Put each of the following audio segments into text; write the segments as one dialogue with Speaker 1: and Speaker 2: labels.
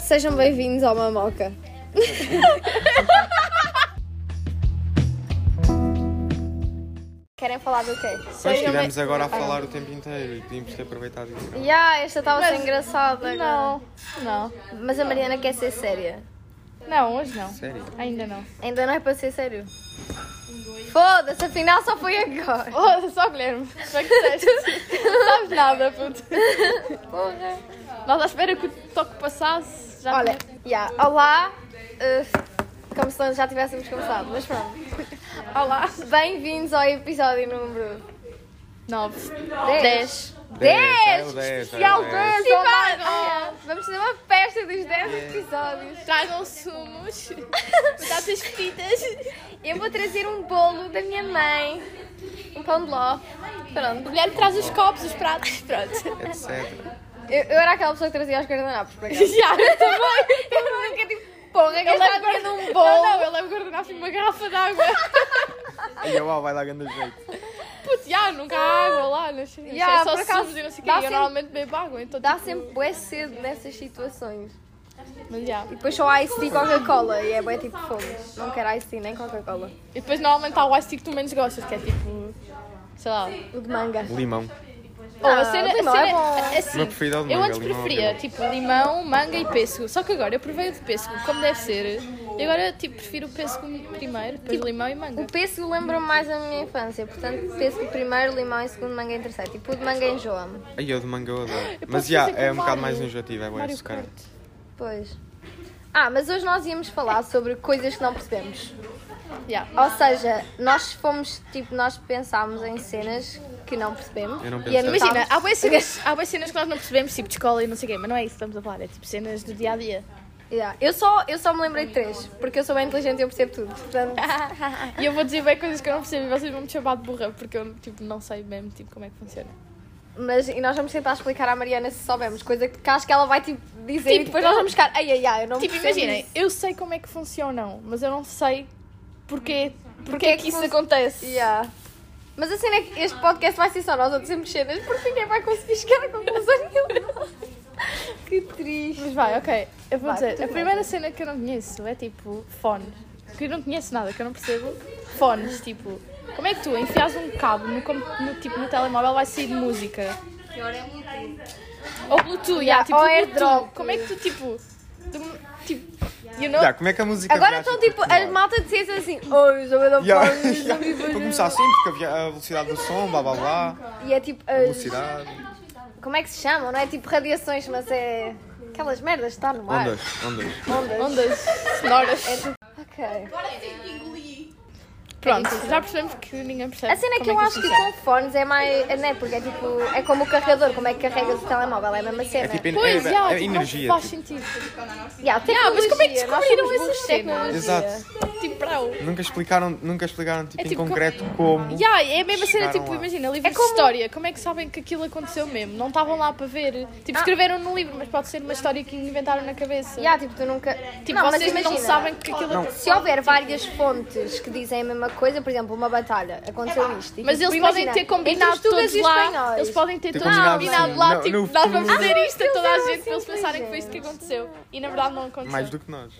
Speaker 1: Sejam bem-vindos ao Mamoca. Querem falar do quê?
Speaker 2: Pois
Speaker 1: Sejam
Speaker 2: estivemos
Speaker 1: bem-
Speaker 2: agora a falar o tempo inteiro e podíamos ter aproveitado e gravar.
Speaker 3: Ya, esta estava a ser
Speaker 1: Mas-
Speaker 3: engraçada.
Speaker 1: Não,
Speaker 3: Não.
Speaker 1: mas a Mariana quer ser séria.
Speaker 3: Não, hoje não.
Speaker 2: Sério?
Speaker 3: Ainda não.
Speaker 1: Ainda não é para ser sério.
Speaker 3: Foda-se, afinal só foi agora. Foda-se, só Guilherme. Como é que disseste? Não sabes nada, puto. Nós à espera que o toque passasse. Já
Speaker 1: Olha, já. Olá. uh, como se nós já tivéssemos começado, mas pronto. Olá. Bem-vindos ao episódio número
Speaker 3: 9.
Speaker 1: 10. 10!
Speaker 2: Dez, é o dez,
Speaker 1: Especial
Speaker 2: é o
Speaker 1: 10!
Speaker 2: dez.
Speaker 1: oh my God. Vamos fazer uma festa dos 10 episódios.
Speaker 3: Tragam sumos. Batatas fritas.
Speaker 1: Eu vou trazer um bolo da minha mãe. Um pão de ló.
Speaker 3: Pronto. O Guilherme traz os copos, os pratos. Pronto.
Speaker 2: Etc.
Speaker 1: Eu, eu era aquela pessoa que trazia os guardanapos para casa.
Speaker 3: Já, eu também.
Speaker 1: Eu nunca tive porra
Speaker 3: Eu
Speaker 1: gastar
Speaker 3: levo
Speaker 1: dinheiro
Speaker 3: guarda-
Speaker 1: num
Speaker 3: Não,
Speaker 1: bolo.
Speaker 3: é não, é eu levo guardanapo e uma garrafa de água.
Speaker 2: E eu, ó, vai lá grande jeito.
Speaker 3: Puto, já, nunca há água lá, não sei.
Speaker 1: Já,
Speaker 3: Yeah, só
Speaker 1: por acaso,
Speaker 3: sumos e não sei o quê.
Speaker 1: dá
Speaker 3: Eu
Speaker 1: sempre-
Speaker 3: normalmente bebo água, então
Speaker 1: Dá sempre bué cedo nessas situações.
Speaker 3: tipo, Mas já.
Speaker 1: E depois só há Ice Tea e Coca-Cola. E é bué tipo fome. Não quero Ice Tea nem Coca-Cola. Hum.
Speaker 3: E depois normalmente há o ice tea que tu menos gostas, que é tipo. Sei lá.
Speaker 1: O de manga.
Speaker 2: Limão.
Speaker 3: Ou a cena.
Speaker 1: o
Speaker 3: A
Speaker 1: limão
Speaker 3: cena
Speaker 1: é bom.
Speaker 3: assim,
Speaker 2: O meu preferido é o de
Speaker 3: eu
Speaker 2: manga,
Speaker 3: antes
Speaker 2: limão é
Speaker 3: preferia
Speaker 2: horrível.
Speaker 3: tipo limão, manga e pêssego. Só que agora eu provei o de pêssego, como deve ser. E agora tipo prefiro o pêssego primeiro, depois limão e manga.
Speaker 1: O pêssego lembra-me mais da minha infância. Portanto, pêssego primeiro, limão em segundo, manga em terceiro. Tipo, o de manga enjoa-me.
Speaker 2: Aí eu de manga eu adoro. Mas
Speaker 3: posso
Speaker 2: já,
Speaker 3: fazer com
Speaker 2: é um bocado
Speaker 3: Mario.
Speaker 2: mais enjoativo, é bom
Speaker 3: Mario
Speaker 2: açúcar.
Speaker 3: Kart.
Speaker 1: Pois. Ah, mas hoje nós íamos falar sobre coisas que não percebemos.
Speaker 3: Já.
Speaker 1: Ou seja, nós fomos, tipo, nós pensámos em cenas que não percebemos.
Speaker 2: Eu não
Speaker 1: e
Speaker 2: pensei.
Speaker 1: anotámos.
Speaker 3: Imagina, há boas, cenas, há boas cenas que nós não percebemos, tipo de escola e não sei o quê, mas não é isso que estamos a falar, é tipo cenas do dia a dia.
Speaker 1: Yeah. Eu, só, eu só me lembrei de três, porque eu sou bem inteligente e eu percebo tudo. Portanto,
Speaker 3: E eu vou dizer bem coisas que eu não percebo e vocês vão me chamar de burra, porque eu tipo, não sei mesmo tipo, como é que funciona.
Speaker 1: mas, e nós vamos tentar explicar à Mariana se soubermos, coisa que, que acho que ela vai tipo, dizer e
Speaker 3: Tipo,
Speaker 1: depois nós vamos ficar. Ai, ai, ai, eu não
Speaker 3: Tipo,
Speaker 1: percebo
Speaker 3: imaginem,
Speaker 1: isso."
Speaker 3: eu sei como é que funcionam, mas eu não sei porquê, porquê
Speaker 1: é
Speaker 3: é
Speaker 1: que
Speaker 3: que isso
Speaker 1: fun-
Speaker 3: acontece.
Speaker 1: Yeah. Mas a cena é que este podcast vai ser só nós outros sempre cenas, porque ninguém vai conseguir chegar a conclusão nenhuma. que triste.
Speaker 3: Mas vai, ok, eu vou
Speaker 1: Vai,
Speaker 3: dizer,
Speaker 1: tudo
Speaker 3: a
Speaker 1: bem.
Speaker 3: primeira cena que eu não conheço é tipo fones. Que eu não conheço nada, que eu não percebo. Fones, tipo, como é que tu enfias um cabo no, com- no, tipo, no telemóvel vai sair de música? Ou Bluetooth,
Speaker 1: Yeah,
Speaker 3: yeah, tipo,
Speaker 1: ou
Speaker 3: Bluetooth.
Speaker 1: airdrop.
Speaker 3: Como é que tu, tipo, tu- tipo, you know?
Speaker 2: Já, como é que a música
Speaker 1: Agora
Speaker 2: viaja
Speaker 1: estão
Speaker 2: por
Speaker 1: tipo
Speaker 2: Portugal?
Speaker 1: as malta de ciência assim, oi, sou eu da
Speaker 2: Já,
Speaker 1: Fone,
Speaker 2: já.
Speaker 1: sou eu da
Speaker 2: Para
Speaker 1: Fone."
Speaker 2: começar sempre, porque a via- a velocidade do som, blá blá blá,
Speaker 1: E é tipo
Speaker 2: a
Speaker 1: as.
Speaker 2: velocidade.
Speaker 1: Como é que se chamam? Não é tipo radiações, mas é. Aquelas merdas que está no ar.
Speaker 2: Ondas, ondas.
Speaker 1: Ondas.
Speaker 3: Ondas sonoras.
Speaker 1: É Ok.
Speaker 3: Pronto, já percebemos que ninguém percebe.
Speaker 1: é A cena é que
Speaker 3: como
Speaker 1: eu
Speaker 3: isso
Speaker 1: acho que
Speaker 3: funciona.
Speaker 1: com fones é mais. É, né? Porque é tipo. É como o carregador, como é que carregas o telemóvel, é a mesma cena.
Speaker 2: É tipo en-
Speaker 3: Pois,
Speaker 2: é-
Speaker 3: já,
Speaker 2: é
Speaker 3: tipo,
Speaker 2: energia.
Speaker 3: não faz
Speaker 2: tipo.
Speaker 3: sentido.
Speaker 1: Yeah,
Speaker 3: Ah, mas como é que
Speaker 1: tecnologia, nós
Speaker 3: descobriram
Speaker 1: somos burros
Speaker 3: essas
Speaker 1: cenas.
Speaker 3: cenas?
Speaker 2: Exato.
Speaker 3: Tipo, para o...
Speaker 2: Nunca explicaram, nunca explicaram tipo,
Speaker 3: É tipo
Speaker 2: em
Speaker 3: como-
Speaker 2: concreto como.
Speaker 3: Yeah, é a mesma cena,
Speaker 2: Chegaram
Speaker 3: tipo,
Speaker 2: lá.
Speaker 3: imagina, livros
Speaker 1: É como-
Speaker 3: de história. Como é que sabem que aquilo aconteceu mesmo? Não estavam lá para ver. Tipo, escreveram num livro, mas pode ser uma história que inventaram na cabeça.
Speaker 1: Ah. Yeah, tipo, tu nunca.
Speaker 3: Tipo,
Speaker 1: não, mas
Speaker 3: vocês não
Speaker 1: imagina,
Speaker 3: sabem que aquilo aconteceu.
Speaker 1: Se houver várias fontes que dizem a mesma coisa, por exemplo, uma batalha, aconteceu isto. e,
Speaker 3: É Mas
Speaker 1: tipo,
Speaker 3: eles
Speaker 1: imagina,
Speaker 3: podem ter combinado
Speaker 1: entre os tugas
Speaker 3: todos
Speaker 1: e os
Speaker 3: lá.
Speaker 1: espanhóis.
Speaker 3: Eles podem ter
Speaker 2: Ter
Speaker 3: todos
Speaker 2: combinado,
Speaker 3: combinado
Speaker 2: sim.
Speaker 3: lá.
Speaker 2: No-
Speaker 3: Tipo,
Speaker 2: no
Speaker 3: nós vamos
Speaker 2: fundo-
Speaker 3: fazer isto a toda
Speaker 1: eram
Speaker 3: a gente
Speaker 1: assim
Speaker 3: para eles pensarem que
Speaker 1: inteligentes.
Speaker 3: foi isto que aconteceu. E na verdade não aconteceu.
Speaker 2: Mais do que nós.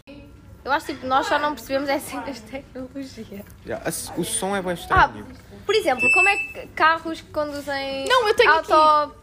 Speaker 1: Eu acho tipo, nós só não percebemos é cenas de tecnologia.
Speaker 2: Já, a- O som é bem
Speaker 1: Ah,
Speaker 2: estranho.
Speaker 1: por exemplo, como é que carros que conduzem
Speaker 3: Não, eu tenho aqui.
Speaker 1: autopiloto.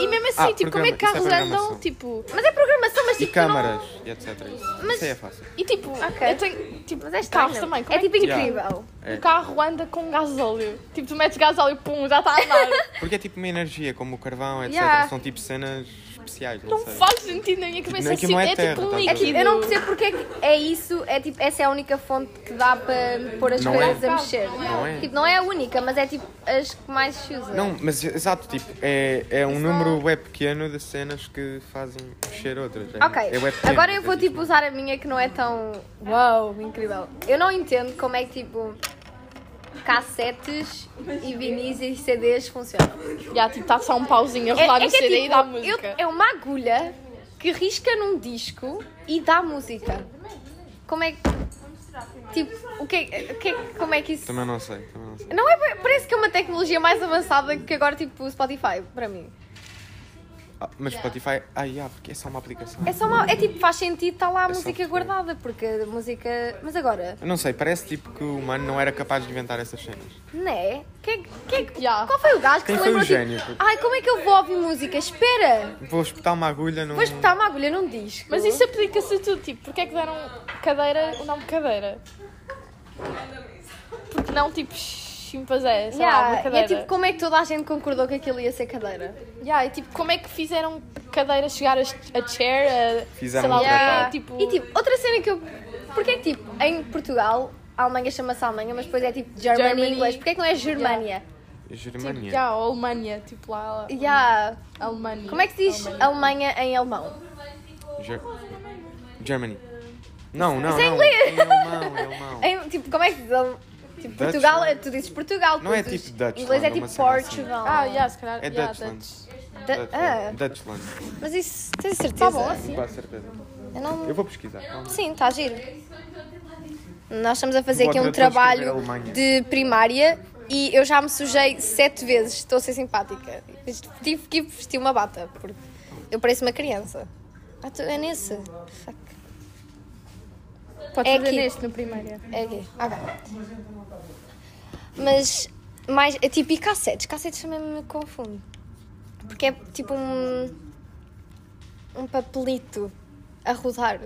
Speaker 3: E mesmo assim,
Speaker 2: Ah,
Speaker 3: tipo, como é
Speaker 2: programa-
Speaker 3: que carros
Speaker 2: isso é
Speaker 3: andam?
Speaker 2: programação.
Speaker 3: Tipo.
Speaker 1: Mas é programação, mas
Speaker 2: E
Speaker 1: tipo. tu não-
Speaker 2: câmaras, e etc. Isso,
Speaker 1: Mas- um
Speaker 2: isso aí é fácil.
Speaker 3: E tipo,
Speaker 1: Ok.
Speaker 3: eu tenho. Tipo,
Speaker 1: Mas é estranho.
Speaker 3: carros também. Como
Speaker 1: É
Speaker 3: é
Speaker 1: tipo
Speaker 3: que
Speaker 2: Yeah.
Speaker 1: incrível.
Speaker 2: É.
Speaker 3: o carro anda com gasóleo? Tipo, tu metes gasóleo, pum, já está a andar.
Speaker 2: Porque é tipo uma energia, como o carvão, etc.
Speaker 1: Yeah.
Speaker 2: São tipo cenas especiais, não,
Speaker 3: Não
Speaker 2: sei.
Speaker 3: faz sentido na minha cabeça.
Speaker 2: não, aquilo não
Speaker 3: assim,
Speaker 2: é terra,
Speaker 3: tipo um
Speaker 2: estás a ver?
Speaker 3: líquido.
Speaker 1: Eu não percebo porque é que é isso, é tipo, essa é a única fonte que dá para pôr as
Speaker 2: Não
Speaker 1: coisas
Speaker 2: é.
Speaker 1: a mexer.
Speaker 2: Não é.
Speaker 1: Tipo, não é a única, mas é tipo as que mais se usa.
Speaker 2: Não, mas exato, tipo, é, é um número web pequeno de cenas que fazem mexer outras. É,
Speaker 1: Ok,
Speaker 2: é bué pequeno,
Speaker 1: agora eu vou
Speaker 2: é
Speaker 1: tipo usar a minha que não é tão. Uau, incrível. Eu não entendo como é que tipo. Cassetes e vinis e CDs funcionam.
Speaker 3: Já, tipo, está só um pauzinho a
Speaker 1: É,
Speaker 3: rolar no CD e dá música.
Speaker 1: eu- é uma agulha que risca num disco e dá música. Como é que. Tipo, o que, é- o que, é- como é que isso.
Speaker 2: Também não sei, também não sei.
Speaker 1: Não é. Parece que é uma tecnologia mais avançada que agora, tipo, o Spotify, para mim.
Speaker 2: Ah, mas Spotify, ah, yeah, porque é só uma aplicação.
Speaker 1: É só uma. É tipo, faz sentido estar lá a
Speaker 2: É só
Speaker 1: música
Speaker 2: futebol.
Speaker 1: guardada, porque a música. Mas agora,
Speaker 2: Eu não sei, parece tipo que o humano não era capaz de inventar essas cenas.
Speaker 1: né? Quem, quem,
Speaker 3: Já.
Speaker 1: Qual foi o gajo que
Speaker 2: Quem
Speaker 1: se
Speaker 2: foi o
Speaker 1: lembrou? tipo,
Speaker 2: gênio?
Speaker 1: Ai, como é que eu vou ouvir música? Espera!
Speaker 2: Vou espetar uma agulha num.
Speaker 1: Vou espetar uma agulha num disco.
Speaker 3: Mas isso é aplica-se a tudo, tipo, porque é que deram cadeira o nome cadeira? Porque não, tipo, chimpanzé, sei lá, uma
Speaker 1: Yeah, e
Speaker 3: cadeira.
Speaker 1: é tipo, como é que toda a gente concordou que aquilo ia ser cadeira?
Speaker 3: Yeah, e tipo, como é que fizeram cadeira chegar a, a chair, a,
Speaker 2: Fizeram
Speaker 3: sei lá,
Speaker 2: um
Speaker 3: o quê,
Speaker 2: tratado.
Speaker 3: tipo...
Speaker 1: E tipo, outra cena que eu. Porquê que tipo, em Portugal, a Alemanha chama-se Alemanha, mas depois é tipo German
Speaker 3: Germany.
Speaker 1: English? Porquê que não é Germânia?
Speaker 3: Tipo,
Speaker 2: Germania.
Speaker 3: yeah, ou Alemanha, tipo lá,
Speaker 1: Yeah.
Speaker 3: Alemanha.
Speaker 1: Como é que se diz
Speaker 3: Alemanha.
Speaker 1: Alemanha em alemão?
Speaker 2: Ger- Germany. Não, não,
Speaker 1: Tipo, é
Speaker 2: não.
Speaker 1: inglês.
Speaker 2: É alemão, é alemão.
Speaker 1: Em- tipo, como é que se diz? ale- Tipo,
Speaker 2: Dutch,
Speaker 1: Portugal,
Speaker 2: não é?
Speaker 1: é- tu dizes Portugal,
Speaker 2: Não é
Speaker 1: tu dizes-
Speaker 2: tipo Dutch,
Speaker 1: inglês é
Speaker 2: não,
Speaker 1: tipo
Speaker 2: uma cena assim.
Speaker 1: Portugal.
Speaker 3: Ah, yeah, se calhar,
Speaker 2: É
Speaker 3: yeah,
Speaker 2: Dutchland.
Speaker 3: Dutch.
Speaker 1: Da- ah,
Speaker 2: Dutchland. Dutchland.
Speaker 1: mas isso, tens certeza?
Speaker 3: Tá bom, assim.
Speaker 2: É Com certeza.
Speaker 1: Eu não-
Speaker 2: Eu vou pesquisar. calma.
Speaker 1: Sim, está giro. Nós estamos a fazer
Speaker 2: Vou
Speaker 1: aqui um
Speaker 2: outra vez
Speaker 1: trabalho
Speaker 2: escrever Alemanha.
Speaker 1: de primária e eu já me sujei sete vezes, estou a ser simpática. Mas Tive que ir vestir uma bata, porque eu pareço uma criança. Ah, tu, é nesse? Fuck.
Speaker 3: Pode
Speaker 1: É
Speaker 3: fazer
Speaker 1: aqui.
Speaker 3: neste no primeiro.
Speaker 1: É aqui. Ok. Mas, mais, é tipo, e cassetes? Cassetes também me confundo. Porque é tipo um. um papelito a rodar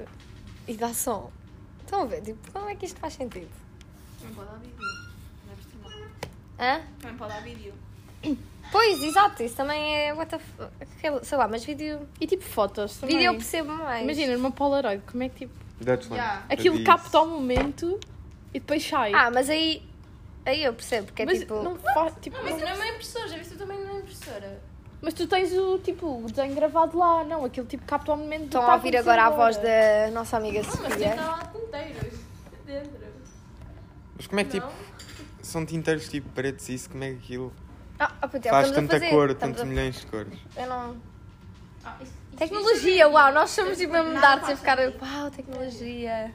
Speaker 1: e dá som. Estão a ver? Tipo, como é que isto faz sentido? Hã?
Speaker 4: Também pode dar vídeo.
Speaker 1: É? Pois, exato, isso também é. What the f... Sei lá, mas vídeo.
Speaker 3: E tipo, fotos também.
Speaker 1: Vídeo eu percebo mais.
Speaker 3: Imagina, numa Polaroid, como é que tipo...
Speaker 2: Dutchland.
Speaker 4: Yeah.
Speaker 3: Aquilo
Speaker 2: Eu
Speaker 3: capta o momento e depois sai.
Speaker 1: Ah, mas aí. aí eu percebo, porque é
Speaker 3: mas
Speaker 1: tipo.
Speaker 3: não faz, tipo,
Speaker 4: Mas
Speaker 3: não-
Speaker 4: não é uma impressora, já viste também não é impressora.
Speaker 3: mas tu tens o tipo o desenho gravado lá, não, aquilo tipo capta o momento do
Speaker 1: Estão
Speaker 3: que
Speaker 1: a ouvir
Speaker 3: acontecer
Speaker 1: tá agora Ah, então- a voz da nossa amiga
Speaker 4: Não, mas
Speaker 1: Sofia.
Speaker 4: tem lá ponteiros dentro.
Speaker 2: disse. Mas como é que tipo. São tinteiros tipo pretos e isso, como é que aquilo
Speaker 1: Ah, ah, puto, é o que
Speaker 2: faz
Speaker 1: estamos a
Speaker 2: tanta
Speaker 1: fazer.
Speaker 2: cor,
Speaker 1: Estamos
Speaker 2: tantos
Speaker 1: a-
Speaker 2: milhões de cores?
Speaker 1: Eu não...
Speaker 4: Ah, isso- isso- é
Speaker 1: Tecnologia, uau, nós somos tipo mesmo de artes a ficar. Uau, tecnologia.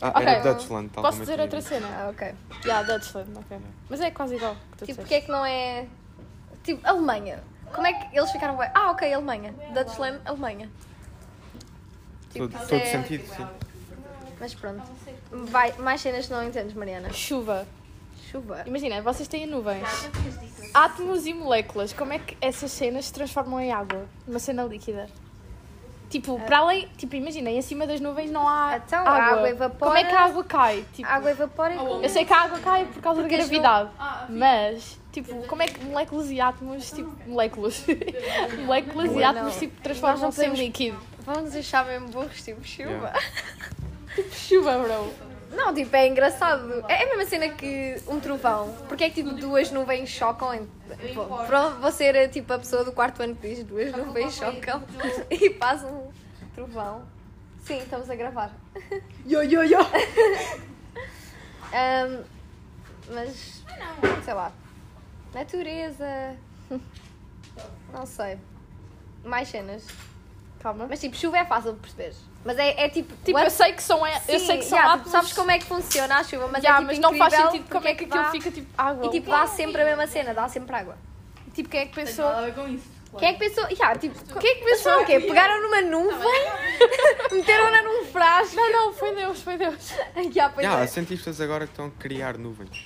Speaker 2: Ah,
Speaker 3: Ok.
Speaker 2: era Dutchland, tal
Speaker 3: Posso
Speaker 2: como eu
Speaker 3: dizer
Speaker 2: tinha
Speaker 3: outra
Speaker 2: dito.
Speaker 3: cena?
Speaker 1: Ah, ok.
Speaker 3: Já, Dutchland, ok. Mas é quase igual. que tu
Speaker 1: Tipo,
Speaker 3: disseste.
Speaker 1: porque é que não é. Tipo, Alemanha. Como é que eles ficaram. bué- Ah, ok, Alemanha. Dutchland, Alemanha. Tipo,
Speaker 2: Todo,
Speaker 1: isso
Speaker 2: todo
Speaker 1: é-
Speaker 2: sentido, sim.
Speaker 1: Mas pronto. Vai, mais cenas que não entendes, Mariana.
Speaker 3: Chuva.
Speaker 1: Chuva.
Speaker 3: Imagina, vocês têm nuvens. Átomos e moléculas, como é que essas cenas se transformam em água? Uma cena líquida. Tipo, para além, tipo, imagina, em cima das nuvens não há
Speaker 1: Ah. Então, a
Speaker 3: água.
Speaker 1: água evapora.
Speaker 3: Como é que a água cai? Tipo,
Speaker 1: Água evapora e.
Speaker 4: Oh,
Speaker 3: Eu sei que a água cai por causa
Speaker 1: Porque
Speaker 3: da
Speaker 1: as nu-
Speaker 3: gravidade,
Speaker 4: Ah, sim.
Speaker 3: mas, tipo, como é que moléculas e átomos, tipo, moléculas, moléculas e
Speaker 1: Não.
Speaker 3: átomos, tipo, transformam-se em
Speaker 1: podemos-
Speaker 3: líquido?
Speaker 1: Vamos achar mesmo burros, tipo, chuva.
Speaker 2: Yeah.
Speaker 3: Chuva, bro.
Speaker 1: Não, tipo, é engraçado. É a mesma cena que um trovão. Porque é que tipo duas nuvens chocam? Em... Bom, Pronto, vou ser eh, tipo a pessoa do quarto ano que diz duas nuvens chocam e faz um trovão. Sim, estamos a gravar.
Speaker 3: Yo, yo, yo.
Speaker 1: Ahm, mas. Sei lá. Natureza. Não sei. Mais cenas.
Speaker 3: Calma.
Speaker 1: Mas tipo, chuva é fácil de perceber. Mas é, é tipo.
Speaker 3: Tipo,
Speaker 1: what-
Speaker 3: eu sei que são, é, eu
Speaker 1: Sim,
Speaker 3: sei que são
Speaker 1: yeah, tipo,
Speaker 3: átomos.
Speaker 1: sabes como é que funciona a chuva, mas
Speaker 3: Yeah,
Speaker 1: é tipo
Speaker 3: mas não faz
Speaker 1: incrível
Speaker 3: sentido como
Speaker 1: porque
Speaker 3: é que aquilo
Speaker 1: dá-
Speaker 3: fica, tipo, água.
Speaker 1: E tipo, dá sempre a mesma cena, dá sempre água.
Speaker 3: tipo, quem é que
Speaker 4: Tem
Speaker 3: pensou?
Speaker 4: nada a ver com isso.
Speaker 1: Quem é que pensou? Yeah, tipo, quem é que pensou o quê? Pegaram numa nuvem, meteram-na num frasco.
Speaker 3: Não, não, foi Deus, foi Deus.
Speaker 1: yeah, pois
Speaker 2: Yeah, há
Speaker 1: é.
Speaker 2: cientistas agora que estão a criar nuvens.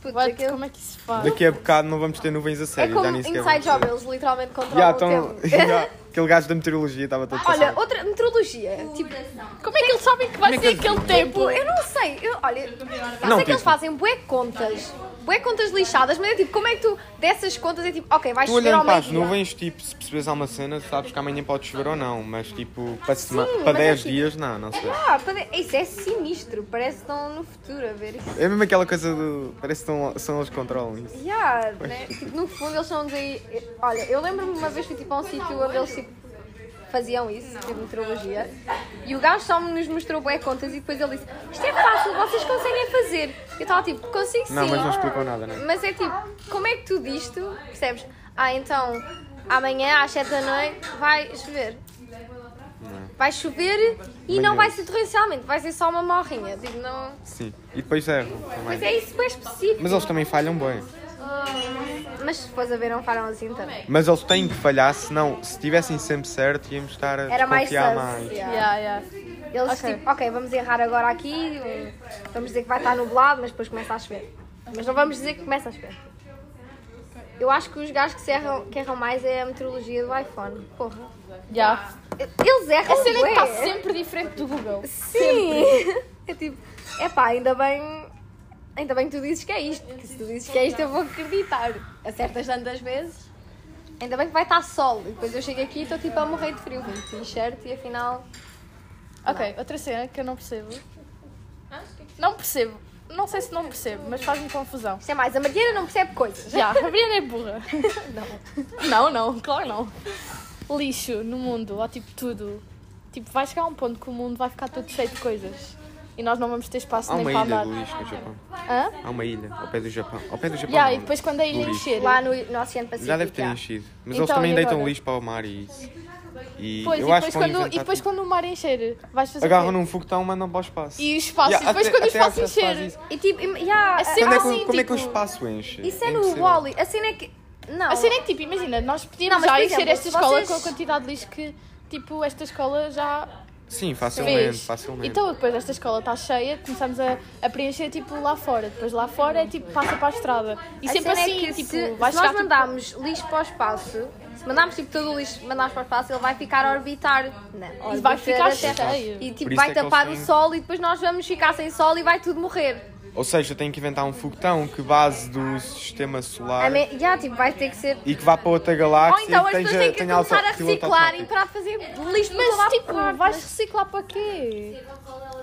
Speaker 1: Putz,
Speaker 3: What?
Speaker 1: aquilo-
Speaker 3: Como é que isso faz?
Speaker 2: Daqui a bocado não vamos ter nuvens a
Speaker 1: Ah. É
Speaker 2: sério.
Speaker 1: como
Speaker 2: já nem sequer
Speaker 1: Inside
Speaker 2: vamos
Speaker 1: Job,
Speaker 2: ter.
Speaker 1: eles literalmente controlam
Speaker 2: Já
Speaker 1: o
Speaker 2: estão.
Speaker 1: tempo.
Speaker 2: já, aquele gajo da meteorologia estava todo
Speaker 1: Olha,
Speaker 2: passado.
Speaker 1: outra meteorologia. Tipo,
Speaker 3: Como é que eles sabem que vai
Speaker 2: Como é que
Speaker 3: ser
Speaker 2: eles-
Speaker 3: aquele tempo?
Speaker 1: pô, eu não sei. Eu, olha, eu
Speaker 2: Não,
Speaker 1: sei que eles
Speaker 2: tipo-
Speaker 1: fazem bué contas. Bué contas lixadas, mas é tipo, como é que tu dessas contas é tipo, ok, vai
Speaker 2: Tu
Speaker 1: chover ao
Speaker 2: olhando para as
Speaker 1: meio-dia.
Speaker 2: nuvens, tipo, se percebes alguma cena, sabes que amanhã pode chover ou não, mas tipo, para, sema-
Speaker 1: Sim,
Speaker 2: para
Speaker 1: mas
Speaker 2: 10
Speaker 3: assim.
Speaker 1: é tipo-
Speaker 2: dias, não, não sei.
Speaker 1: Ah, pode- isso é sinistro. Parece que estão no futuro a ver isso.
Speaker 2: É mesmo aquela coisa do. Parece que estão- são eles que controlam isso.
Speaker 1: Yeah, né? Tipo, no fundo eles são aí. Olha, eu lembro-me uma vez que fui tipo, a um sítio onde eles tipo, faziam isso, tipo meteorologia, e o gajo só nos mostrou bué contas e depois ele disse: Isto é fácil, vocês conseguem fazer. Eu estava tipo, consigo sim.
Speaker 2: Não, mas não explicou nada, né?
Speaker 1: Mas é tipo, como é que tu disto, percebes? Ah, então amanhã às 7 da noite vai chover. Vai chover e não
Speaker 2: Amanhã.
Speaker 1: vai ser torrencialmente, vai ser só uma morrinha. Tipo, não.
Speaker 2: Sim. E depois erram também.
Speaker 1: Mas é isso, é específico.
Speaker 2: Mas eles também falham bem.
Speaker 1: Mas se fores a ver, não falham assim
Speaker 3: é?
Speaker 1: também.
Speaker 2: Mas eles têm que falhar, senão, se tivessem sempre certo, íamos estar a
Speaker 1: Era mais
Speaker 2: desconfiar
Speaker 1: sus.
Speaker 2: mais.
Speaker 1: yeah.
Speaker 3: Yeah, yeah.
Speaker 1: Eles
Speaker 3: Ok.
Speaker 1: tipo, ok, vamos errar agora aqui, um, vamos dizer que vai estar nublado, mas depois começa a chover. Mas não vamos dizer que começa a chover. Eu acho que os gajos que, se erram, que erram mais é a meteorologia do iPhone. Porra.
Speaker 3: Yeah.
Speaker 1: Eles erram
Speaker 3: A cena é que está
Speaker 1: bué.
Speaker 3: sempre diferente do Google.
Speaker 1: Sim! É tipo, epá, ainda bem. Ainda bem que tu dizes que é isto, porque se tu dizes que é isto eu vou acreditar. Acertas tantas vezes. Ainda bem que vai estar sol. E depois eu chego aqui e estou tipo a morrer de frio, com t-shirt e afinal.
Speaker 3: Ok, outra cena que eu não percebo.
Speaker 4: Acho que
Speaker 3: Não percebo. Não sei se não percebo, mas faz-me confusão.
Speaker 1: Isto é mais, a Mariana não percebe coisas.
Speaker 3: Já, a Briana é burra. Não. Não, não, claro não. Lixo no mundo, ou tipo tudo. Tipo, vai chegar a um ponto que o mundo vai ficar todo cheio de coisas. E nós não vamos ter espaço
Speaker 2: Há
Speaker 3: nem
Speaker 2: uma
Speaker 3: para
Speaker 2: ilha
Speaker 3: andar.
Speaker 2: do lixo no Japão.
Speaker 3: Hã?
Speaker 2: Há uma ilha ao pé do Japão. Ao pé do Japão.
Speaker 3: Yeah,
Speaker 2: não.
Speaker 3: e depois quando a ilha
Speaker 2: Do lixo.
Speaker 3: encher.
Speaker 1: Lá no, no Oceano Pacífico.
Speaker 2: Já deve ter
Speaker 1: já.
Speaker 2: enchido. Mas
Speaker 3: Então,
Speaker 2: eles também
Speaker 3: e
Speaker 2: deitam
Speaker 3: agora?
Speaker 2: lixo para o mar e isso. E
Speaker 3: Pois,
Speaker 2: eu
Speaker 3: e
Speaker 2: acho
Speaker 3: depois,
Speaker 2: que vão
Speaker 3: quando, e
Speaker 2: inventar
Speaker 3: depois
Speaker 2: tudo.
Speaker 3: quando o mar encher, vais fazer. o quê?
Speaker 2: Agarram num foguetão e mandam para o espaço.
Speaker 3: E o espaço,
Speaker 2: Yeah,
Speaker 3: e depois
Speaker 2: até-
Speaker 3: quando o
Speaker 2: até é
Speaker 3: espaço
Speaker 2: a França faz
Speaker 3: encher.
Speaker 2: isso.
Speaker 1: E tipo, im- já,
Speaker 3: É sempre
Speaker 2: Quando é que,
Speaker 3: assim,
Speaker 2: como é que o
Speaker 3: tipo,
Speaker 2: espaço enche?
Speaker 1: Isso é no
Speaker 2: impossível.
Speaker 1: Wally. A cena é que. Não.
Speaker 3: A cena é que, tipo, imagina, nós podíamos
Speaker 1: Não, mas,
Speaker 3: já
Speaker 1: por
Speaker 3: encher
Speaker 1: exemplo,
Speaker 3: esta
Speaker 1: se
Speaker 3: escola
Speaker 1: vocês-
Speaker 3: com a quantidade de lixo que, tipo, esta escola já
Speaker 2: Sim, facilmente,
Speaker 3: fez.
Speaker 2: facilmente.
Speaker 3: Então, depois esta escola está cheia, começamos a, a preencher, tipo, lá fora. Depois lá fora é, tipo, passa para a estrada. E
Speaker 1: A
Speaker 3: sempre
Speaker 1: cena é
Speaker 3: assim,
Speaker 1: que
Speaker 3: tipo,
Speaker 1: se,
Speaker 3: vai
Speaker 1: se nós
Speaker 3: chegar, tipo,
Speaker 1: mandarmos lixo para o espaço, se mandarmos tipo todo o lixo mandarmos para o espaço, ele vai ficar a orbitar. na
Speaker 3: e
Speaker 1: órbita
Speaker 3: vai ficar
Speaker 1: da Terra.
Speaker 3: cheio.
Speaker 1: E
Speaker 2: Por
Speaker 1: tipo,
Speaker 2: isso
Speaker 1: vai
Speaker 2: é que
Speaker 1: tapar o
Speaker 2: eles têm-
Speaker 1: sol e depois nós vamos ficar sem sol e vai tudo morrer.
Speaker 2: Ou seja, tem que inventar um foguetão que base do sistema
Speaker 1: A
Speaker 2: solar
Speaker 1: me- Já, tipo, vai ter que ser.
Speaker 2: e que vá para outra
Speaker 1: Ou
Speaker 2: galáxia
Speaker 1: então as
Speaker 2: e que
Speaker 1: pessoas
Speaker 2: tenha,
Speaker 1: têm que
Speaker 2: tenha auto-
Speaker 1: começar a
Speaker 2: piloto
Speaker 1: reciclar então- e
Speaker 2: automático.
Speaker 1: parar de fazer lixo para toda a
Speaker 3: Mas, tipo,
Speaker 1: parte.
Speaker 3: vais reciclar para quê?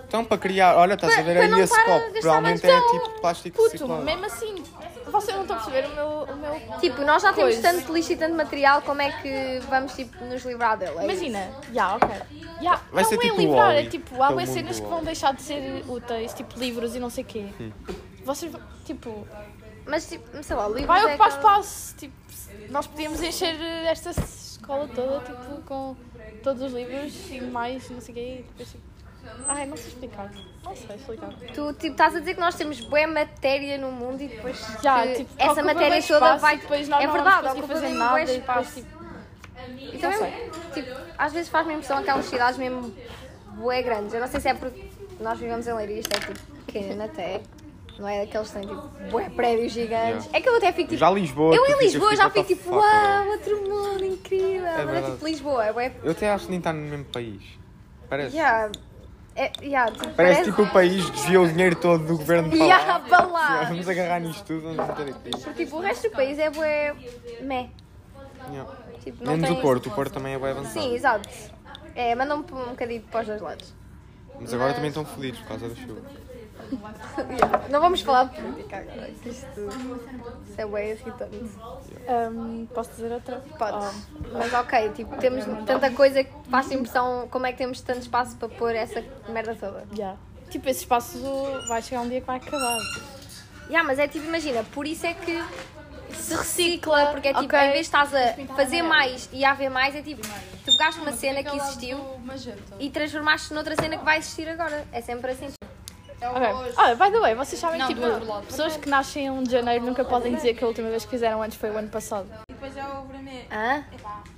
Speaker 2: Então, para criar, olha, estás a
Speaker 1: Para-
Speaker 2: ver
Speaker 1: para
Speaker 2: aí
Speaker 1: não
Speaker 2: esse
Speaker 1: para
Speaker 2: copo.
Speaker 1: gastar
Speaker 2: Provavelmente
Speaker 1: mais um
Speaker 2: é
Speaker 1: tão-
Speaker 2: tipo de plástico
Speaker 3: Puto,
Speaker 2: reciclado.
Speaker 3: mesmo assim, vocês não estão a perceber o meu... O meu...
Speaker 1: Tipo, nós já temos
Speaker 3: Coisa.
Speaker 1: tanto lixo e tanto material, como é que vamos tipo, nos livrar dela?
Speaker 3: Imagina, já, ok. Já,
Speaker 2: Vai
Speaker 3: não
Speaker 2: ser
Speaker 3: é
Speaker 2: tipo o
Speaker 3: livrar, é
Speaker 2: Wall-E,
Speaker 3: tipo, há
Speaker 2: aquele
Speaker 3: bué
Speaker 2: mundo
Speaker 3: cenas
Speaker 2: do Hum.
Speaker 3: que
Speaker 2: Wall-E.
Speaker 3: vão deixar de ser úteis, tipo livros e não sei quê. Vocês, vão- tipo,
Speaker 1: Mas tipo, sei lá, livros
Speaker 3: vai
Speaker 1: é
Speaker 3: ocupar
Speaker 1: aquela-
Speaker 3: espaço. Tipo, nós podíamos encher eh, esta escola toda, tipo, com todos os livros e mais, não sei quê. E depois, tipo... Ai, não sei explicar. Não sei explicar.
Speaker 1: Tu tipo, estás a dizer que nós temos boa matéria no mundo e depois
Speaker 3: Já,
Speaker 1: que
Speaker 3: tipo,
Speaker 1: essa
Speaker 3: ocupa
Speaker 1: matéria
Speaker 3: bué
Speaker 1: toda
Speaker 3: espaço,
Speaker 1: vai.
Speaker 3: e Depois nós
Speaker 1: é
Speaker 3: não
Speaker 1: verdade,
Speaker 3: vamos
Speaker 1: ocupa
Speaker 3: conseguir fazer
Speaker 1: mesmo
Speaker 3: nada.
Speaker 1: bué
Speaker 3: e Depois,
Speaker 1: espaço.
Speaker 3: tipo,
Speaker 1: E também, tipo, às vezes faz-me impressão aquelas cidades mesmo bué grandes. Eu não sei se é porque nós vivemos em Leiria, isto é tipo pequenino até. Não é daqueles que têm tipo bué prédios gigantes.
Speaker 2: Yeah.
Speaker 1: É que eu até fico tipo.
Speaker 2: Já Lisboa,
Speaker 1: Eu
Speaker 2: tu
Speaker 1: em
Speaker 2: ficas,
Speaker 1: Lisboa já
Speaker 2: what the
Speaker 1: fico tipo,
Speaker 2: fuck, bro?
Speaker 1: uau, outro mundo incrível. Agora
Speaker 2: verdade.
Speaker 1: tipo Lisboa, é bué.
Speaker 2: Eu até acho que nem está no mesmo país. Parece.
Speaker 1: Yeah. É, yeah, tipo,
Speaker 2: Parece tipo o país desviou o dinheiro todo do governo para
Speaker 1: Yeah,
Speaker 2: lá.
Speaker 1: para lá.
Speaker 2: Vamos agarrar nisto tudo, vamos meter aqui.
Speaker 1: Porque tipo, o resto do país é bué. Meh.
Speaker 2: Yeah.
Speaker 1: Tipo, não
Speaker 2: Menos
Speaker 1: tem...
Speaker 2: o Porto, o Porto também é bem avançado.
Speaker 1: Sim, exato. É, mandam um bocadinho para os dois lados.
Speaker 2: Mas agora também estão fodidos por causa da chuva.
Speaker 1: Não vamos falar de política agora. que Isto, isto é bem irritante.
Speaker 3: hum, posso dizer outra?
Speaker 1: Podes.
Speaker 3: Oh.
Speaker 1: Mas ok, tipo, temos tanta coisa que faz impressão como é que temos tanto espaço para pôr essa merda toda.
Speaker 3: Yeah. Tipo, esse espaço vai chegar um dia que vai acabar.
Speaker 1: Yeah, mas é tipo, imagina, por isso é que se recicla, porque é tipo,
Speaker 3: ok.
Speaker 1: em vez de estás a fazer mais e a haver mais, é tipo, tu pegaste uma cena que existiu
Speaker 4: Uma janta.
Speaker 1: e transformaste noutra cena que vai existir agora. É sempre assim.
Speaker 4: É
Speaker 3: Ok. Ah, by the way, vocês sabem
Speaker 4: Não,
Speaker 3: tipo,
Speaker 4: do outro lado.
Speaker 3: pessoas que nascem em 1 de janeiro nunca podem dizer que a última vez que fizeram antes foi o ano passado.
Speaker 4: E depois é o Brunet.
Speaker 1: Hã?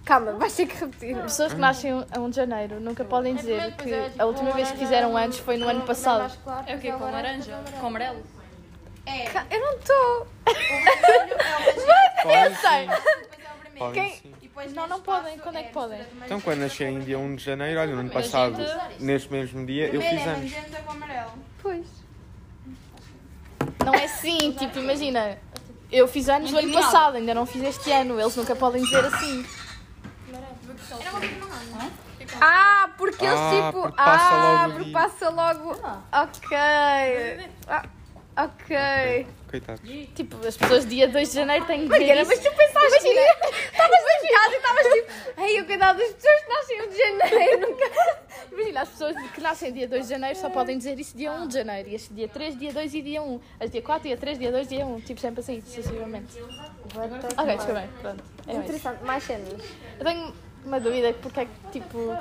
Speaker 1: Calma, vais ter que repetir.
Speaker 3: Pessoas que nascem a 1 de janeiro
Speaker 4: É
Speaker 3: nunca podem dizer que a última vez que fizeram antes foi no ano passado.
Speaker 1: Ah.
Speaker 4: É o quê? Com laranja? Com amarelo? É.
Speaker 1: Ca- Eu não estou.
Speaker 4: É o laranja.
Speaker 2: Podem
Speaker 3: sei.
Speaker 4: Depois é o vermelho.
Speaker 2: podem sim.
Speaker 4: E depois
Speaker 3: Não,
Speaker 4: neste
Speaker 3: não podem.
Speaker 4: espaço
Speaker 3: Quando é que
Speaker 4: a
Speaker 3: podem?
Speaker 4: mistura de
Speaker 2: Então,
Speaker 4: maisena.
Speaker 2: quando nasci em dia 1 de janeiro, olha, no ano passado, neste mesmo dia, eu
Speaker 4: Primeiro
Speaker 2: fiz
Speaker 4: é
Speaker 2: anos.
Speaker 4: magenta com amarelo.
Speaker 1: Pois.
Speaker 3: Não é assim, tipo, imagina. Eu fiz anos no ano passado, ainda não fiz este ano. Eles nunca podem dizer assim.
Speaker 1: Ah, porque eles
Speaker 2: Ah,
Speaker 1: tipo.
Speaker 2: porque passa
Speaker 1: ah,
Speaker 2: logo o
Speaker 1: porque
Speaker 2: dia.
Speaker 1: passa logo. Ok. Ah, ok.
Speaker 2: Coitados.
Speaker 3: Tipo, as pessoas dia 2 de janeiro têm que dizer
Speaker 1: Mariana, mas
Speaker 3: isso.
Speaker 1: tu pensaste que estavas em casa e estavas tipo. Ai, eu cuidado das pessoas que nascem de janeiro. Nunca.
Speaker 3: Imagina, as pessoas que nascem dia 2 de janeiro só podem dizer isso dia 1 de janeiro. E este dia 3, dia 2 e dia 1. As dia 4, dia 3, dia 2, dia 1. Tipo, sempre assim, sucessivamente. Ok, desculpa bem, pronto. É isso.
Speaker 1: Interessante, mais cenas.
Speaker 3: Eu tenho uma dúvida porque é que, tipo,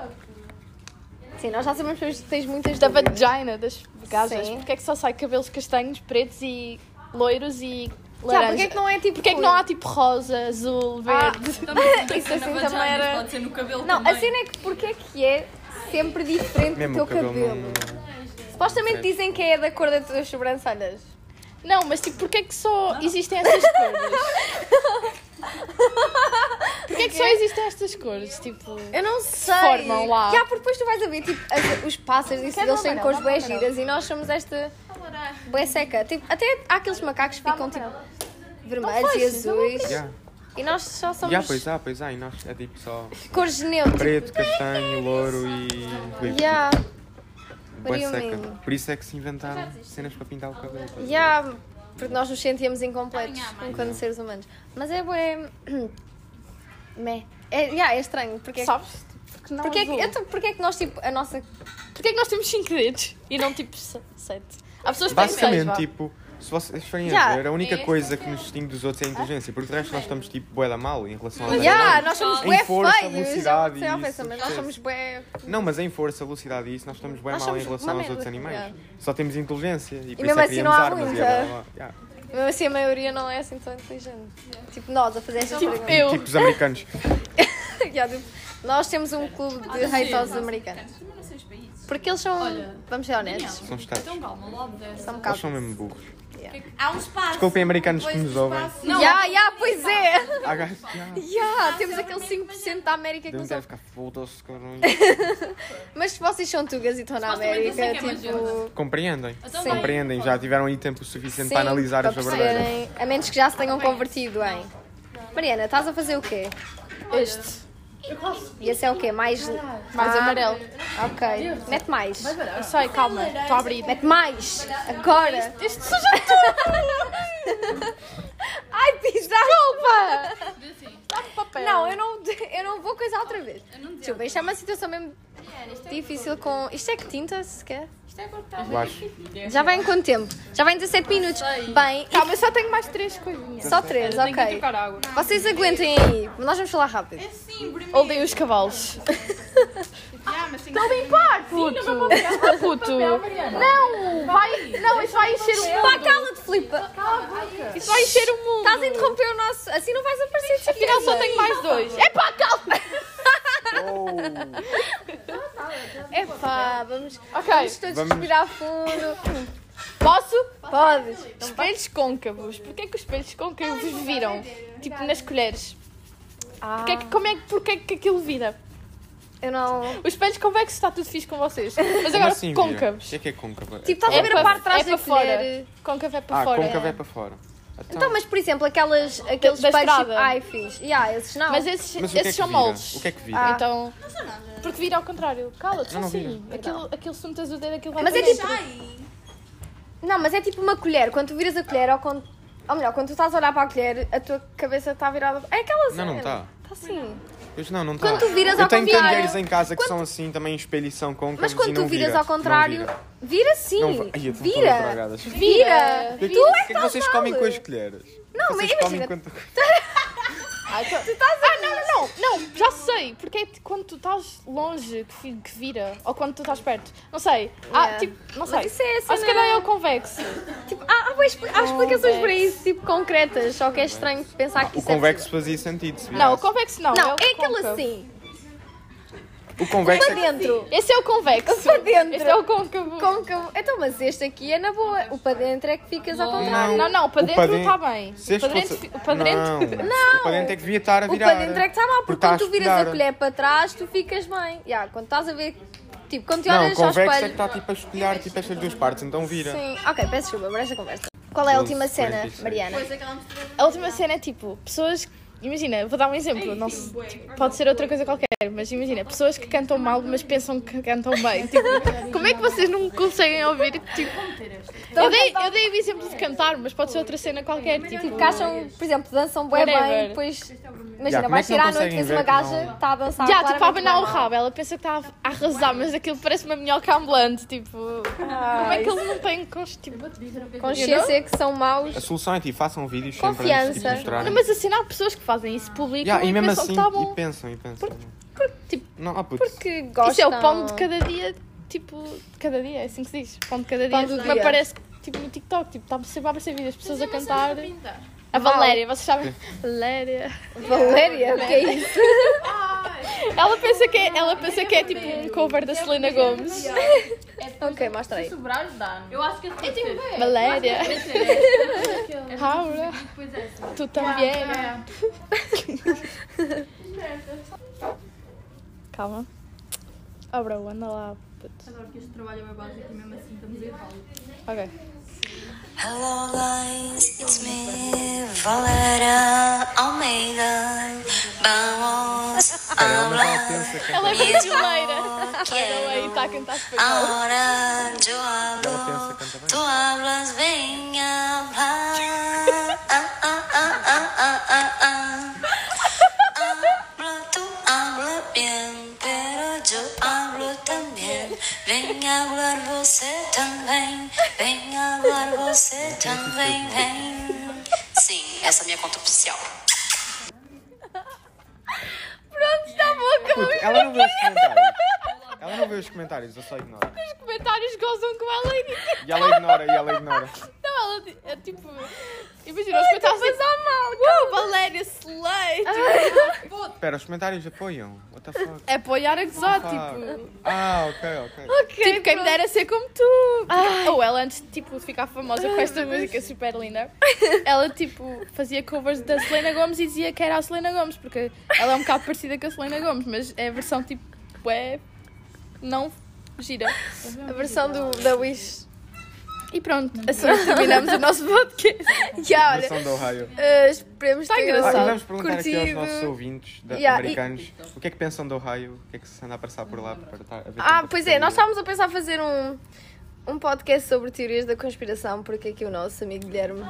Speaker 1: Sim, nós já sabemos que tens muitas
Speaker 3: da vagina das gajas,
Speaker 1: Sim.
Speaker 3: porque é que só sai cabelos castanhos, pretos e loiros e
Speaker 1: Já,
Speaker 3: laranja.
Speaker 1: porque é que não é tipo.
Speaker 3: Porquê é que não há tipo rosa, azul,
Speaker 1: Ah,
Speaker 3: verde?
Speaker 5: Também
Speaker 1: Isso
Speaker 5: isso
Speaker 1: assim
Speaker 5: assim
Speaker 1: também era-
Speaker 5: Pode ser no cabelo
Speaker 1: Não,
Speaker 5: também.
Speaker 1: a cena é que porque é que é sempre diferente do
Speaker 2: Mesmo
Speaker 1: teu
Speaker 2: o cabelo.
Speaker 1: cabelo?
Speaker 2: não-
Speaker 1: Supostamente dizem que é da cor das tuas sobrancelhas.
Speaker 3: Não, mas tipo, porquê é que só existem essas cores? Porquê é que só existem estas cores? Tipo.
Speaker 1: Eu não sei.
Speaker 3: formam lá.
Speaker 1: Já, porque depois tu vais a ver, tipo, as- os pássaros, isso, eles têm cores bem giras e nós somos esta bué seca. Tipo, até há aqueles macacos que ficam, tipo,
Speaker 3: Então,
Speaker 1: vermelhos e azuis.
Speaker 2: Yeah.
Speaker 1: E nós só somos
Speaker 2: Yeah, pois há, pois há. E nós é tipo só
Speaker 1: cores tipo, neutras.
Speaker 2: preto, castanho, louro e ruivo.
Speaker 1: Yeah,
Speaker 2: Bué
Speaker 1: what do you
Speaker 2: seca.
Speaker 1: mean?
Speaker 2: Por isso é que se inventaram cenas para pintar o cabelo.
Speaker 1: yeah, porque nós nos sentíamos incompletos enquanto seres humanos. Mas é bué... Mé. É, yeah, é estranho, porque... é que-
Speaker 3: Sabes? Porque, não
Speaker 1: Porque é, que,
Speaker 3: azul.
Speaker 1: eu tô- porque é que nós, tipo, a nossa...
Speaker 3: Porquê é que nós temos 5 dedos e não tipo 7? Há pessoas que têm 6.
Speaker 2: Basicamente, tipo, se vocês forem
Speaker 1: Yeah.
Speaker 2: a ver, a única coisa que nos distingue dos outros é a inteligência, porque de resto nós estamos tipo bué da mal em relação ao
Speaker 1: Yeah, nós somos
Speaker 2: é Em
Speaker 1: bué
Speaker 2: força,
Speaker 1: feios.
Speaker 2: velocidade
Speaker 1: eu-
Speaker 2: e
Speaker 1: Sem
Speaker 2: isso,
Speaker 1: ofensa, mas nós
Speaker 2: esquece.
Speaker 1: somos bué...
Speaker 2: Não, mas em força, velocidade e isso, nós estamos bem
Speaker 1: Nós
Speaker 2: mal em
Speaker 1: somos
Speaker 2: relação
Speaker 1: uma
Speaker 2: aos outros
Speaker 1: merda,
Speaker 2: animais.
Speaker 1: yeah.
Speaker 2: Só temos inteligência e, por
Speaker 1: mesmo
Speaker 2: isso é que
Speaker 1: assim
Speaker 2: criamos
Speaker 1: não há
Speaker 2: armas. e
Speaker 1: muita.
Speaker 2: blá, blá, blá. Yeah.
Speaker 1: Mesmo assim, a maioria não é assim tão inteligente. Tipo, nós a fazer estas
Speaker 3: Tipo,
Speaker 1: perguntas.
Speaker 3: eu.
Speaker 2: Tipo os americanos.
Speaker 1: Yeah, tipo, nós temos um clube de hate aos americanos.
Speaker 5: Também não sei os países.
Speaker 1: Porque eles são,
Speaker 5: Olha,
Speaker 1: vamos ser honestos,
Speaker 5: Daniela,
Speaker 2: São estados.
Speaker 5: Então calma, logo dessa.
Speaker 1: são um
Speaker 2: Eles
Speaker 1: bocado.
Speaker 2: são mesmo burros.
Speaker 4: Há um espaço.
Speaker 2: Desculpem, americanos que
Speaker 4: Depois
Speaker 2: nos
Speaker 4: do
Speaker 2: ouvem.
Speaker 4: espaço-
Speaker 5: Não,
Speaker 1: yeah, yeah, pois é!
Speaker 2: Há gajos que ah,
Speaker 1: Yeah, temos aquele 5% da América que
Speaker 2: Deus
Speaker 1: nos
Speaker 2: deve
Speaker 1: ouve.
Speaker 2: ficar foda-se, caralho.
Speaker 1: Mas se vocês são tugas e estão na
Speaker 5: Supostamente eu sei
Speaker 1: América,
Speaker 5: que é mais
Speaker 1: tipo.
Speaker 2: Compreendem?
Speaker 5: Então
Speaker 1: Sim.
Speaker 5: vai.
Speaker 2: Compreendem, já tiveram aí tempo suficiente
Speaker 1: sim,
Speaker 2: para analisar
Speaker 1: para
Speaker 2: as verdadeiras.
Speaker 1: perceberem, A menos que já se tenham convertido em. Mariana, estás a fazer o quê?
Speaker 3: Este.
Speaker 1: E esse é o quê? Mais.
Speaker 3: Mais
Speaker 1: Ah,
Speaker 3: amarelo.
Speaker 1: Ok. Mete mais.
Speaker 3: Eu sei, calma. Estou a abrir.
Speaker 1: Mete mais! Agora!
Speaker 3: Este suja tudo!
Speaker 1: Ai, pisaste! Desculpa!
Speaker 3: Papel.
Speaker 1: Não, eu não, eu não vou coisar outra vez. Desculpa, isto é uma situação mesmo difícil com. Isto é que tinta sequer?
Speaker 2: Eu acho.
Speaker 1: Já vai em quanto tempo? Já vai em 17 minutos. Bem,
Speaker 3: Calma, eu só tenho mais três coisinhas.
Speaker 1: só 3,
Speaker 5: Tenho que
Speaker 1: ok.
Speaker 5: trocar água.
Speaker 1: Vocês aguentem aí, nós vamos falar
Speaker 4: É
Speaker 1: rápido.
Speaker 3: Odeio os cavalos.
Speaker 4: Ah, mas tem que ser-
Speaker 3: Puto. Puto. Não, vai. Não, isso vai encher o
Speaker 1: Pá,
Speaker 3: mundo.
Speaker 1: cala-te, Filipa!
Speaker 3: Isso vai encher o mundo.
Speaker 1: Estás a interromper o nosso. Assim não vais aparecer de
Speaker 3: Afinal, só tenho mais dois. É pá, calma.
Speaker 1: Epá, vamos. Vamos
Speaker 3: Ok,
Speaker 1: todos
Speaker 2: Vamos.
Speaker 1: respirar fundo.
Speaker 3: posso?
Speaker 1: Podes.
Speaker 3: Espelhos côncavos. Porquê que os espelhos côncavos viram? Tipo, nas colheres.
Speaker 1: Ah.
Speaker 3: Porquê que, como é, que- porquê que aquilo vira?
Speaker 1: Eu não.
Speaker 3: Os espelhos convexos está tudo fixe com vocês. Mas
Speaker 2: Como
Speaker 3: agora,
Speaker 2: assim, Vira? O
Speaker 3: côncavos.
Speaker 2: que é que é côncava?
Speaker 1: Tipo, estás a ver a
Speaker 3: para-
Speaker 1: parte de trás
Speaker 3: é
Speaker 1: da
Speaker 3: para fora.
Speaker 1: colher.
Speaker 3: Côncavo é para
Speaker 2: Ah,
Speaker 3: fora.
Speaker 2: côncava é para fora.
Speaker 1: Então, mas por exemplo, aquelas, aqueles
Speaker 3: da
Speaker 1: peixes tipo,
Speaker 3: estrada.
Speaker 1: ai fixe. Yeah, esses não.
Speaker 3: Mas esses,
Speaker 2: Mas o que é que
Speaker 3: esses são
Speaker 2: vira?
Speaker 3: moldes.
Speaker 2: O que é que vira?
Speaker 1: Ah.
Speaker 3: Então. Porque vira ao contrário. Cala-te, só
Speaker 2: Não, não
Speaker 3: assim.
Speaker 2: vira.
Speaker 3: Aquilo, aquilo se metes o dedo, aquilo vai
Speaker 1: Mas
Speaker 3: para
Speaker 1: é tipo-
Speaker 3: dentro.
Speaker 1: Não, mas é tipo uma colher. Quando tu viras a colher, ou, quando... ou melhor, quando tu estás a olhar para a colher, a tua cabeça está virada. É aquela
Speaker 2: Não, tá. não
Speaker 1: está.
Speaker 2: está.
Speaker 1: Está assim.
Speaker 2: Pois não, não está.
Speaker 1: Quando tu viras
Speaker 2: Eu
Speaker 1: ao
Speaker 2: tenho
Speaker 1: contrário-
Speaker 2: candeeiros em casa que são assim, também em espelhição com
Speaker 1: Mas quando tu viras ao contrário, vira, sim.
Speaker 2: Não, vi- Ai, eu tô toda
Speaker 1: vira.
Speaker 2: drogada.
Speaker 1: Vira.
Speaker 3: Vira.
Speaker 1: Tu
Speaker 2: O
Speaker 1: é
Speaker 2: que é que vocês
Speaker 1: mal.
Speaker 2: comem com as colheres?
Speaker 1: Não, mas
Speaker 2: Vocês
Speaker 1: imagina. tá
Speaker 2: comem quando...
Speaker 3: Ah, então- Ah, não, não, não, já sei. Porque é tipo quando tu estás longe que, fi- que vira. Ou quando tu estás perto. Não sei.
Speaker 1: Yeah.
Speaker 3: Ah, tipo, não sei.
Speaker 1: Mas isso é
Speaker 3: Ou
Speaker 1: assim.
Speaker 3: se calhar é o convexo.
Speaker 1: Tipo, há, há, boas expli- há explicações para isso, tipo concretas, só que é estranho pensar que
Speaker 2: Ah, O
Speaker 1: isso é
Speaker 2: convexo
Speaker 1: possível.
Speaker 2: fazia sentido. se
Speaker 3: Não, o
Speaker 2: virasse.
Speaker 3: convexo não.
Speaker 1: Não,
Speaker 3: o
Speaker 1: é aquele
Speaker 3: côncavo.
Speaker 1: assim.
Speaker 2: O convexo
Speaker 1: Para
Speaker 2: é...
Speaker 1: dentro.
Speaker 3: Esse é o convexo.
Speaker 1: Para dentro.
Speaker 3: Este é o côncavo.
Speaker 1: Côncavo. Então, mas este aqui é na boa. O para dentro é que ficas ao contrário.
Speaker 3: Não, não, o para
Speaker 2: O para
Speaker 3: dentro
Speaker 1: tá
Speaker 3: está
Speaker 2: dentro-
Speaker 3: bem.
Speaker 2: Se
Speaker 3: O
Speaker 2: este
Speaker 3: para dentro.
Speaker 2: fosse-
Speaker 3: fi- O para dentro.
Speaker 2: Não, não. O para dentro é que devia estar a
Speaker 1: O
Speaker 2: virar. tá
Speaker 1: para dentro é que está mal, porque quando
Speaker 2: estás
Speaker 1: tu viras a
Speaker 2: virar.
Speaker 1: colher para trás, tu ficas bem. Ya, quando estás a ver, tipo, quando te
Speaker 2: Não, o
Speaker 1: olhas ao
Speaker 2: convexo é que
Speaker 1: espelho.
Speaker 2: está tipo a espelhar tipo estas duas partes, então vira.
Speaker 1: Sim, ok, peço desculpa por esta conversa. Qual é a última cena,
Speaker 2: 46.
Speaker 1: Mariana?
Speaker 4: Depois aquela mistura de-
Speaker 3: A última cena é tipo, pessoas. Imagina, vou dar um exemplo. Não se- pode ser outra coisa qualquer, mas imagina, pessoas que cantam mal, mas pensam que cantam bem. Tipo, como é que vocês não conseguem ouvir? Tipo, eu dei, eu dei o exemplo de cantar, mas pode ser outra cena qualquer. Tipo,
Speaker 1: Tipo, que acham, por exemplo, dançam bem bem,
Speaker 3: Whatever.
Speaker 1: depois. Imagina,
Speaker 2: como é
Speaker 1: vais
Speaker 2: que não
Speaker 1: tirar à noite,
Speaker 2: conseguem
Speaker 1: tens
Speaker 2: ver
Speaker 1: uma
Speaker 2: que não-
Speaker 1: gaja que está a
Speaker 2: Ah,
Speaker 1: dançar.
Speaker 3: já, tipo, a
Speaker 1: claramente
Speaker 3: abanar o
Speaker 1: bem mal.
Speaker 3: rabo. Ela pensa que está a a arrasar, mas aquilo parece uma minhoca ambulante. Tipo, como é que ele não tem cons- tipo,
Speaker 1: Consciência que são maus.
Speaker 2: A solução é tipo, façam vídeos sempre antes de
Speaker 1: Confiança.
Speaker 2: tipo, mostrarem.
Speaker 3: Não, mas assim, há pessoas que fazem isso
Speaker 1: é
Speaker 3: público
Speaker 2: Yeah,
Speaker 3: e
Speaker 2: e mesmo
Speaker 3: pensam
Speaker 2: assim,
Speaker 3: que está bom.
Speaker 2: e pensam, e pensam. né?
Speaker 3: tipo,
Speaker 2: não, ah, putz.
Speaker 1: Porque gostam.
Speaker 3: Isso é o pão de cada dia, tipo, de cada dia, é assim que se diz. Pão de cada dia.
Speaker 1: Pão do
Speaker 3: Mas
Speaker 1: dia.
Speaker 3: tá parece que, tipo, no TikTok, tipo, está sempre a aparecer vídeos, pessoas a cantar.
Speaker 4: Pintar.
Speaker 3: A Valéria, vocês sabem? Valéria.
Speaker 1: Valéria, o que é isso?
Speaker 3: Ela pensa que é, ela pensa que é tipo um cover da Selena Gomes.
Speaker 1: Ok, mostra aí.
Speaker 5: Sobrar dá
Speaker 4: Eu acho que eu tenho que ver.
Speaker 3: Valéria. Laura. Tu também.
Speaker 4: É,
Speaker 3: Calma. Oh, bro, anda lá. puto.
Speaker 5: Adoro que este trabalho é bem básico e mesmo assim estamos em fala.
Speaker 3: Ok.
Speaker 6: Hello, guys, it's me, Valera Almeida. Vamos
Speaker 2: Ela não ela pensa que
Speaker 3: Ela é brasileira. Ela aí
Speaker 6: que
Speaker 3: está a cantar espanhol.
Speaker 6: ahora yo
Speaker 2: Ela pensa
Speaker 6: hablo.
Speaker 2: que canta bem.
Speaker 6: Tú hablas, ven a hablar. Ah, ah, ah, ah, ah, ah, ah. Habla, tú hablas bien, pero yo hablo también. Ven a hablar você também. Ven a hablar você também, vem. Sim, essa é a minha conta oficial.
Speaker 3: Pronto, está bom, acabamos.
Speaker 2: Puta, é ela não vê os comentários. Ela não vê os comentários, eu só ignoro.
Speaker 3: Os comentários gozam com ela e
Speaker 2: E ela ignora, e ela ignora.
Speaker 3: Não, ela ti- é tipo. Imagina, os comentários. Mas mal, Uau, Valéria Slay!
Speaker 2: Espera, os comentários apoiam. What the fuck?
Speaker 3: É apoiar a gozar,
Speaker 2: Fuck.
Speaker 3: tipo.
Speaker 2: Ah, ok, ok.
Speaker 3: tipo, quem me dera ser como tu! Ou ela, antes tipo, de ficar famosa com esta música super linda, ela tipo fazia covers da Selena Gomes e dizia que era a Selena Gomes, porque ela é um bocado parecida com a Selena Gomes, mas é a versão tipo. Ué. Não gira.
Speaker 1: A versão do, da Wish.
Speaker 3: E pronto, assim terminamos o nosso podcast.
Speaker 1: Já, olha,
Speaker 2: Versão do Ohio.
Speaker 1: eh, esperemos
Speaker 3: Está
Speaker 1: ter
Speaker 2: Ah, e
Speaker 3: Tá engraçado.
Speaker 2: vamos perguntar aqui aos
Speaker 1: curtido.
Speaker 2: nossos ouvintes da-
Speaker 1: Yeah, e-
Speaker 2: americanos o que é que pensam do Ohio, o que é que se anda a passar por lá para estar a ver
Speaker 1: Ah,
Speaker 2: tanta
Speaker 1: pois é, nós
Speaker 2: porcaria.
Speaker 1: estávamos a pensar fazer um, um podcast sobre teorias da conspiração, porque aqui o nosso amigo Guilherme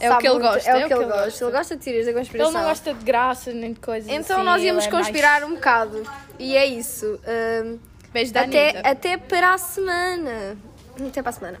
Speaker 3: É o
Speaker 1: sabe
Speaker 3: que ele
Speaker 1: muito-
Speaker 3: gosta,
Speaker 1: É o que ele gosta. Ele gosta de teorias da
Speaker 3: Ele
Speaker 1: conspiração.
Speaker 3: não gosta de graça nem de coisas
Speaker 1: Então
Speaker 3: assim,
Speaker 1: nós
Speaker 3: ele
Speaker 1: íamos
Speaker 3: é mais-
Speaker 1: conspirar um bocado. E é isso. Ahm,
Speaker 3: Beijo da
Speaker 1: até,
Speaker 3: Anitta.
Speaker 1: até para a semana. Até para a semana.